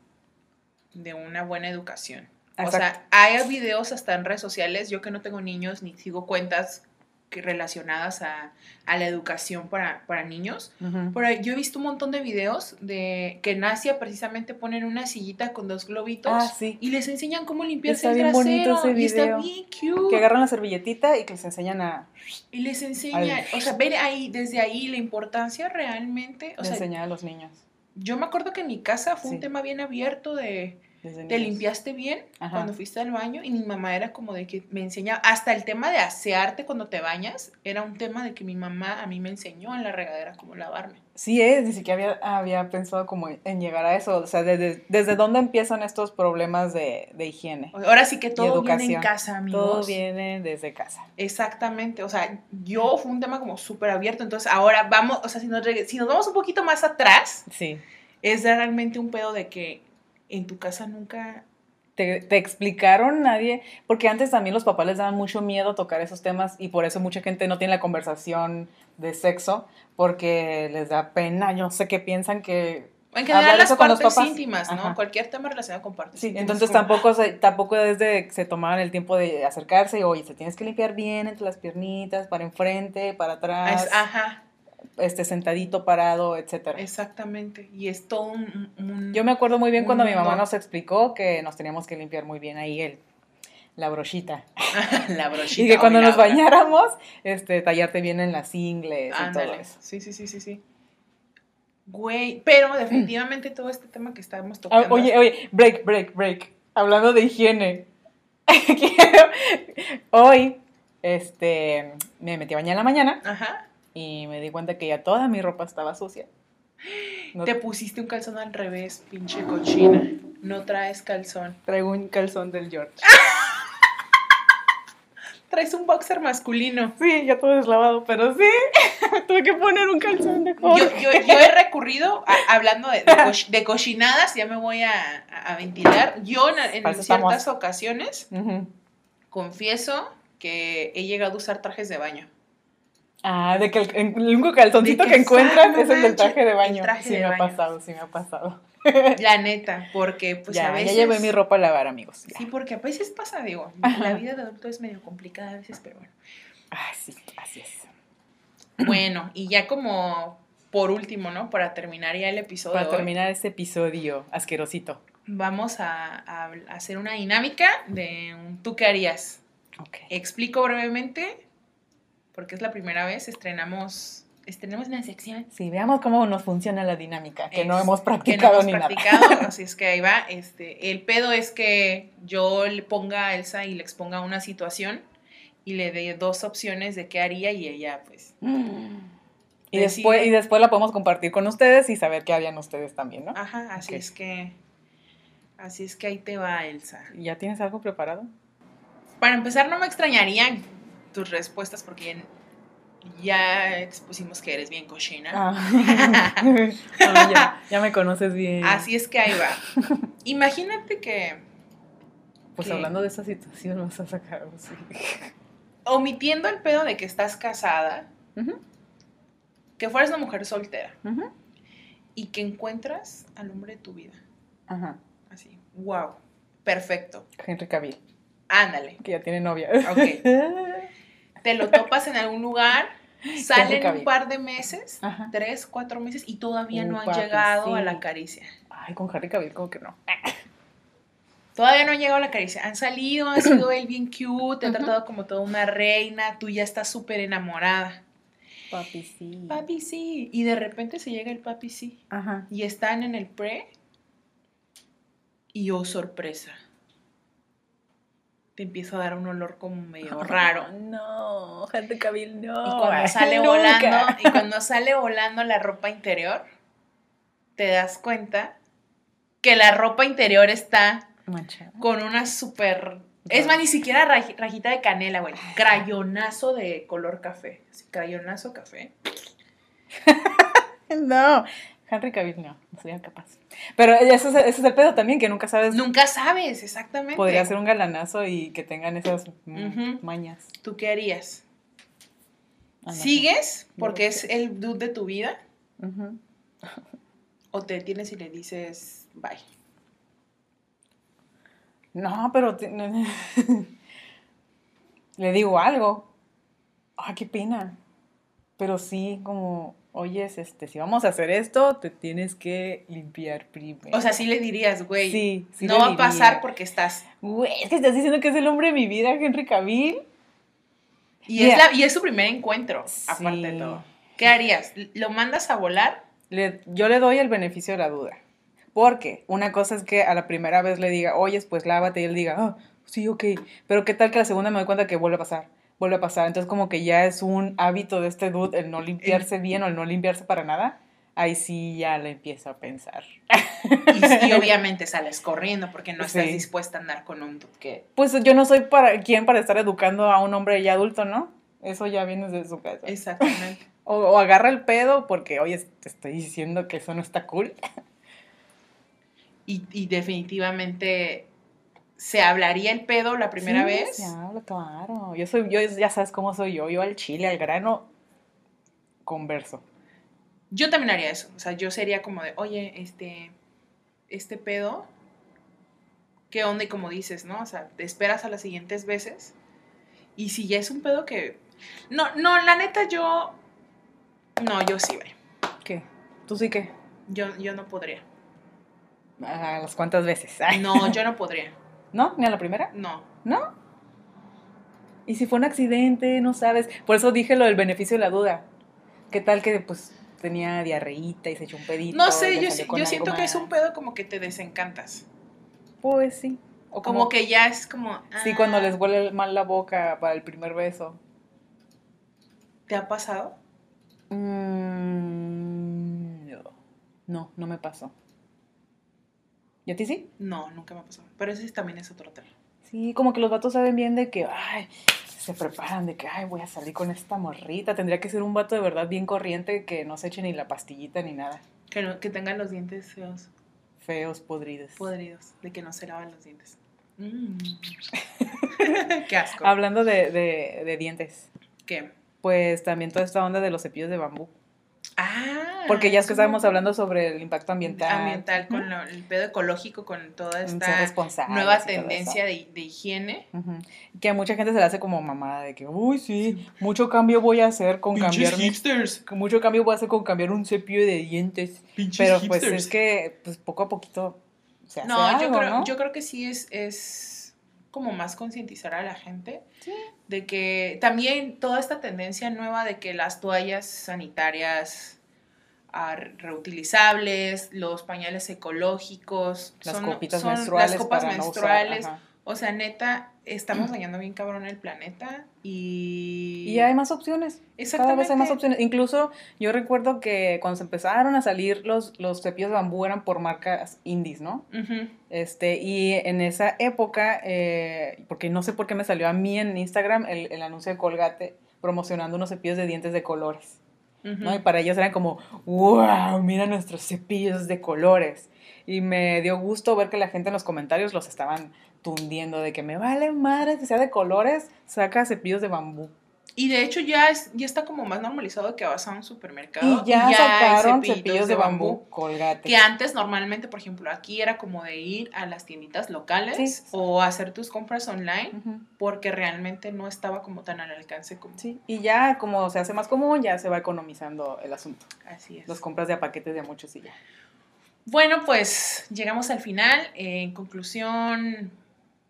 A: de una buena educación. O
B: Exacto.
A: sea, hay videos hasta en redes sociales, yo que no tengo niños ni sigo cuentas que relacionadas a, a la educación para, para niños,
B: Ujú.
A: pero yo he visto un montón de videos de que en Asia precisamente ponen una sillita con dos globitos
B: Ah, sí.
A: y les enseñan cómo limpiarse
B: Está
A: el
B: bien bonito
A: trasero
B: ese
A: y está
B: video.
A: bien
B: Que
A: cute.
B: agarran la servilletita y que les enseñan a
A: Y les enseñan, o sea, ver ahí, desde ahí la importancia realmente, o
B: de
A: sea,
B: enseñar a los niños.
A: yo me acuerdo que en mi casa fue un
B: Sí.
A: tema bien abierto de
B: desde
A: te
B: niños.
A: limpiaste bien
B: Ajá.
A: cuando fuiste al baño y mi mamá era como de que me enseñaba, hasta el tema de asearte cuando te bañas, era un tema de que mi mamá a mí me enseñó en la regadera cómo lavarme.
B: Sí es, ni siquiera había, había pensado como en llegar a eso. O sea, desde, desde dónde empiezan estos problemas de, de higiene.
A: O- Ahora sí que todo viene en
B: educación.
A: casa, amigos.
B: Todo viene desde casa.
A: Exactamente, o sea, yo fue un tema como súper abierto, entonces ahora vamos, o sea, si nos, reg- si nos vamos un poquito más atrás,
B: Sí.
A: es realmente un pedo de que en tu casa nunca...
B: ¿Te, te explicaron nadie? Porque antes también los papás les daban mucho miedo tocar esos temas y por eso mucha gente no tiene la conversación de sexo porque les da pena, yo no sé qué piensan que...
A: En general
B: Hablar
A: las
B: eso con los
A: partes
B: papás.
A: íntimas, ¿no?
B: Ajá.
A: Cualquier tema relacionado con partes
B: Sí,
A: íntimas,
B: entonces
A: como-
B: tampoco se, tampoco es de que se tomaban el tiempo de acercarse y, oye, te tienes que limpiar bien entre las piernitas, para enfrente, para
A: Ah,
B: atrás,
A: es- Ajá,
B: este sentadito, parado, etcétera.
A: exactamente. Y es todo un... un-
B: Yo me acuerdo muy bien cuando mi mamá
A: No.
B: nos explicó que nos teníamos que limpiar muy bien ahí el, la brochita.
A: la brochita.
B: Y que cuando
A: o la
B: nos
A: otra.
B: bañáramos, este, tallarte bien en las ingles y todo
A: Ándale.
B: eso.
A: Sí, sí, sí, sí, sí. Güey, pero definitivamente todo este tema que estábamos
B: Ah,
A: tocando.
B: Oye, oye, break, break, break. Hablando de higiene. Quiero- Hoy, este, me metí a bañar en la mañana
A: Ajá.
B: y me di cuenta que ya toda mi ropa estaba sucia. No
A: Te pusiste un calzón al revés, pinche cochina. No traes calzón.
B: traigo un calzón del George.
A: Traes un boxer masculino.
B: Sí, ya todo deslavado, pero sí, tuve que poner un calzón de
A: Yo,
B: Jorge.
A: yo- yo he recurrido, a- hablando de, de coch- de cochinadas, ya me voy a, a- a ventilar. Yo en, en
B: Para eso
A: ciertas
B: estamos.
A: ocasiones
B: Ujú.
A: confieso que he llegado a usar trajes de baño.
B: Ah, de que el, el único calzoncito
A: De que,
B: que encuentran
A: "Ah, no
B: es el del traje de
A: manches, el
B: baño.
A: traje
B: sí,
A: de
B: me ha
A: baño.
B: pasado, sí me ha pasado.
A: La neta, porque pues
B: ya,
A: a veces...
B: ya llevé mi ropa a lavar, amigos. ya.
A: Sí, porque a veces pasa, digo, la
B: Ajá.
A: vida de adulto es medio complicada a veces, pero bueno.
B: Ah, sí, así es.
A: Bueno, y ya como por último, ¿no? Para terminar ya el episodio,
B: Para
A: de hoy,
B: terminar este episodio asquerosito.
A: vamos a, a habl- a hacer una dinámica de un tú qué harías.
B: Ok.
A: Explico brevemente, porque es la primera vez, estrenamos, estrenamos una sección
B: Sí, veamos cómo nos funciona la dinámica, que no
A: Es-
B: hemos
A: que no
B: practicado
A: hemos
B: ni
A: practicado, así es que ahí va. Este, el pedo es que yo le ponga a Elsa y le exponga una situación y le dé dos opciones de qué haría y ella pues
B: nada. Mm. Y
A: Decide.
B: después, y después la podemos compartir con ustedes y saber qué harían ustedes también, ¿no?
A: Ajá, así
B: Ok.
A: es que. Así es que ahí te va, Elsa.
B: ¿Ya tienes algo preparado?
A: Para empezar, no me extrañarían tus respuestas porque ya- ya expusimos que eres bien cochina.
B: Ah. Ah, ya, ya me conoces bien.
A: Así es que ahí va. Imagínate que,
B: Pues
A: que-
B: hablando de esa situación, vas a sacar algo así.
A: omitiendo el pedo de que estás casada,
B: Ujú.
A: que fueras una mujer soltera
B: Ujú.
A: y que encuentras al hombre de tu vida.
B: Ajá.
A: Así, wow, perfecto.
B: Henry Cavill,
A: Ándale.
B: que ya tiene novia.
A: Ok. te lo topas en algún lugar, salen
B: rica
A: un
B: vida.
A: par de meses,
B: Ajá.
A: tres, cuatro meses, y todavía
B: Uh,
A: no han
B: papi,
A: llegado a
B: sí.
A: la caricia.
B: Ay, con Harry Cavill como que no.
A: Todavía no han llegado a la caricia. Han salido, han sido él bien cute, te han tratado como toda una reina, tú ya estás súper enamorada.
B: Papi, sí.
A: Papi sí. Y de repente se llega el papi sí.
B: Ajá.
A: Y están en el pre. Y oh, sorpresa. Te empieza a dar un olor como medio raro.
B: No, Harry Cavill no.
A: Y cuando sale
B: Nunca.
A: volando, y cuando sale volando la ropa interior, te das cuenta que la ropa interior está
B: Manchado.
A: con una súper. Es más, ni siquiera raji- rajita de canela, güey. Crayonazo de color café. Así, crayonazo café.
B: No, Henry Cavill no, no sería capaz. Pero ese es, ese es el pedo también, que nunca sabes.
A: Nunca sabes exactamente.
B: Podría ser un galanazo y que tengan esas mm,
A: Ujú.
B: mañas.
A: ¿Tú qué harías?
B: Ah, no.
A: ¿Sigues?
B: No
A: Porque
B: lo
A: es el dude de tu vida.
B: Ujú.
A: ¿O te detienes y le dices bye?
B: No, pero te- le digo algo. Ah, qué pena. Pero sí, como, oyes, este, si vamos a hacer esto, te tienes que limpiar primero.
A: O sea, sí le dirías, güey.
B: sí, sí
A: no
B: le
A: va a pasar
B: diría.
A: porque estás.
B: Güey, es que estás diciendo que es el hombre de mi vida, Henry Cavill.
A: Y,
B: Mira.
A: es, la- y es su primer encuentro, aparte de
B: Sí.
A: todo. ¿Qué harías? ¿Lo mandas a volar?
B: le- yo le doy el beneficio de la duda. Porque una cosa es que a la primera vez le diga, oyes, pues lávate, y él diga, ah, sí, ok. Pero qué tal que la segunda me doy cuenta que vuelve a pasar, vuelve a pasar. Entonces, como que ya es un hábito de este dude el no limpiarse bien o el no limpiarse para nada. Ahí sí ya le empiezo a pensar.
A: Y, y obviamente sales corriendo porque no estás
B: Sí.
A: dispuesta a andar con un dude que.
B: Pues yo no soy para quien para estar educando a un hombre ya adulto, ¿no? Eso ya viene desde su casa.
A: Exactamente.
B: O, o agarra el pedo porque, oye, te estoy diciendo que eso no está cool.
A: Y, y definitivamente se hablaría el pedo la primera
B: Sí,
A: vez.
B: se habla, claro. Yo soy, yo ya sabes cómo soy yo. Yo al chile, al grano, converso.
A: Yo también haría eso. O sea, yo sería como de, oye, este, este pedo, ¿qué onda? Y como dices, ¿no? O sea, te esperas a las siguientes veces. Y si ya es un pedo que. No, no, la neta, yo. No, yo sí, güey.
B: ¿Qué? ¿Tú sí qué?
A: Yo, yo no podría.
B: ¿A las cuantas veces? Ay,
A: No, yo no podría.
B: ¿No? ¿Ni a la primera?
A: No.
B: ¿Y si fue un accidente? No sabes. Por eso dije lo del beneficio de la duda. ¿Qué tal que, pues, tenía diarreíta y se echó un pedito?
A: No
B: y
A: sé,
B: le
A: yo,
B: salió
A: si-
B: con
A: yo
B: algo
A: siento que es
B: más?
A: un pedo como que te desencantas.
B: Pues sí. O
A: Como, que ya es como.
B: Sí,
A: ah,
B: cuando les huele mal la boca para el primer beso.
A: ¿Te ha pasado?
B: Mm, no. no, no me pasó. ¿Y a ti sí?
A: No, nunca me ha pasado. Pero ese también es otro tema.
B: Sí, como que los vatos saben bien de que, ay, se preparan de que, ay, voy a salir con esta morrita. Tendría que ser un vato de verdad bien corriente que no se eche ni la pastillita ni nada.
A: Que, no- que tengan los dientes feos.
B: Feos, podridos.
A: podridos de que no se lavan los dientes. Mm. Qué asco.
B: Hablando de, de- de dientes,
A: ¿Qué?
B: pues también toda esta onda de los cepillos de bambú.
A: Ah,
B: Porque ya es
A: sí.
B: que estábamos hablando sobre el impacto ambiental.
A: ambiental con lo- el pedo ecológico, con toda
B: Ser
A: esta
B: responsables y
A: nueva
B: todo eso.
A: tendencia de, de higiene.
B: Ujú. Que a mucha gente se le hace como mamada de que, uy, sí, mucho cambio voy a hacer con cambiar mi
A: hipsters.
B: que mucho cambio voy a hacer con cambiar un cepillo de dientes. Pero pues es que pues poco a poquito se hace
A: No, yo,
B: algo,
A: creo,
B: ¿no?
A: yo creo que sí es, es como más concientizar a la gente de que también toda esta tendencia nueva de que las toallas sanitarias ah, reutilizables, los pañales ecológicos,
B: las
A: son-
B: copitas
A: son-
B: menstruales
A: las copas
B: para
A: menstruales.
B: no usar. ajá.
A: o sea, neta, estamos dañando bien cabrón el planeta y...
B: Y hay más opciones, cada vez hay más
A: Exactamente.
B: opciones. Incluso yo recuerdo que cuando se empezaron a salir los, los cepillos de bambú eran por marcas indies, ¿no?
A: Ujú.
B: Este, y en esa época, eh, porque no sé por qué me salió a mí en Instagram el, el anuncio de Colgate promocionando unos cepillos de dientes de colores.
A: Ujú.
B: ¿no? Y para ellos eran como, wow, mira nuestros cepillos de colores. Y me dio gusto ver que la gente en los comentarios los estaban tundiendo de que me vale madre que sea de colores, saca cepillos de bambú.
A: Y de hecho ya, es, ya está como más normalizado que vas a un supermercado.
B: Y ya,
A: hay
B: sacaron cepillos, de bambú, colgate.
A: Que antes normalmente, por ejemplo, aquí era como de ir a las tienditas locales
B: Sí.
A: o hacer tus compras online
B: Ujú,
A: porque realmente no estaba como tan al alcance como
B: Sí, y ya como se hace más común, ya se va economizando el asunto.
A: así es.
B: Las compras de a paquetes de a muchos y ya.
A: Bueno, pues llegamos al final. En conclusión,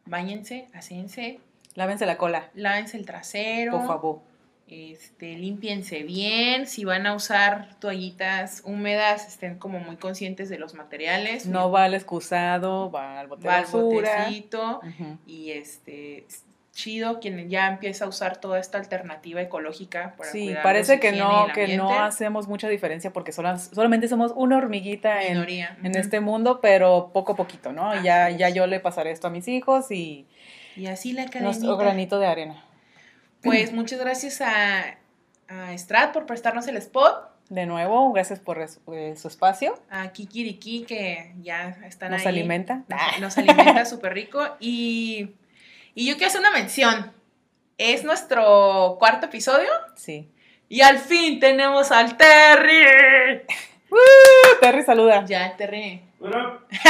A: bañense, aséense,
B: Lávense la cola,
A: lávense el trasero.
B: por favor.
A: Este, límpiense bien, si van a usar toallitas húmedas, estén como muy conscientes de los materiales.
B: No va al excusado, va al bote de
A: va al
B: basura.
A: botecito
B: Ujú.
A: y este es chido quien ya empieza a usar toda esta alternativa ecológica para
B: Sí,
A: cuidar
B: parece
A: su
B: que
A: higiene
B: no,
A: y el
B: que no
A: ambiente.
B: hacemos mucha diferencia porque solas- solamente somos una hormiguita en,
A: Minoría,
B: en
A: ujú.
B: este mundo, pero poco a poquito, ¿no? Y ya,
A: Así es.
B: ya yo le pasaré esto a mis hijos y
A: y así la
B: nuestro
A: cadenita.
B: granito de arena.
A: Pues muchas gracias a, a Strat por prestarnos el spot,
B: De nuevo, gracias por es- eh, su espacio.
A: a Kikiriki que ya están
B: Nos
A: ahí.
B: alimenta.
A: Nos, nos alimenta súper rico. Y, y yo quiero hacer una mención. Es nuestro cuarto episodio.
B: Sí.
A: Y al fin tenemos al Terry.
B: Terry, saluda.
A: Ya, el Terry.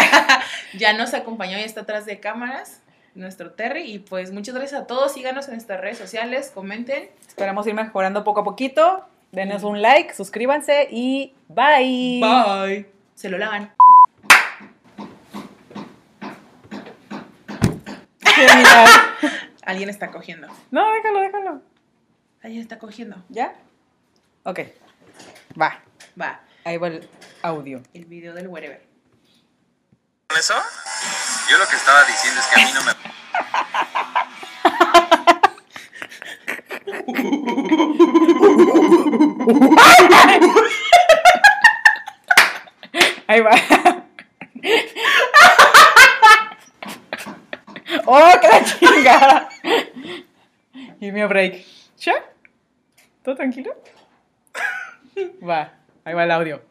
A: ya nos acompañó y está atrás de cámaras. Nuestro Terry. Y pues muchas gracias a todos. Síganos en nuestras redes sociales. Comenten.
B: Esperamos ir mejorando poco a poquito. Denos un like, suscríbanse y bye.
A: Bye. Se lo lavan.
B: Genial.
A: Alguien está cogiendo.
B: No, déjalo, déjalo.
A: Alguien está cogiendo.
B: ¿Ya? Ok. Va.
A: Va.
B: Ahí va el audio.
A: El video del wherever.
C: ¿Con eso?
F: Yo lo que estaba diciendo es que a mí no me.
B: Ahí va. ¡Oh, qué la chingada! Give me a break. ¿Ya? ¿Todo tranquilo? Va, ahí va el audio.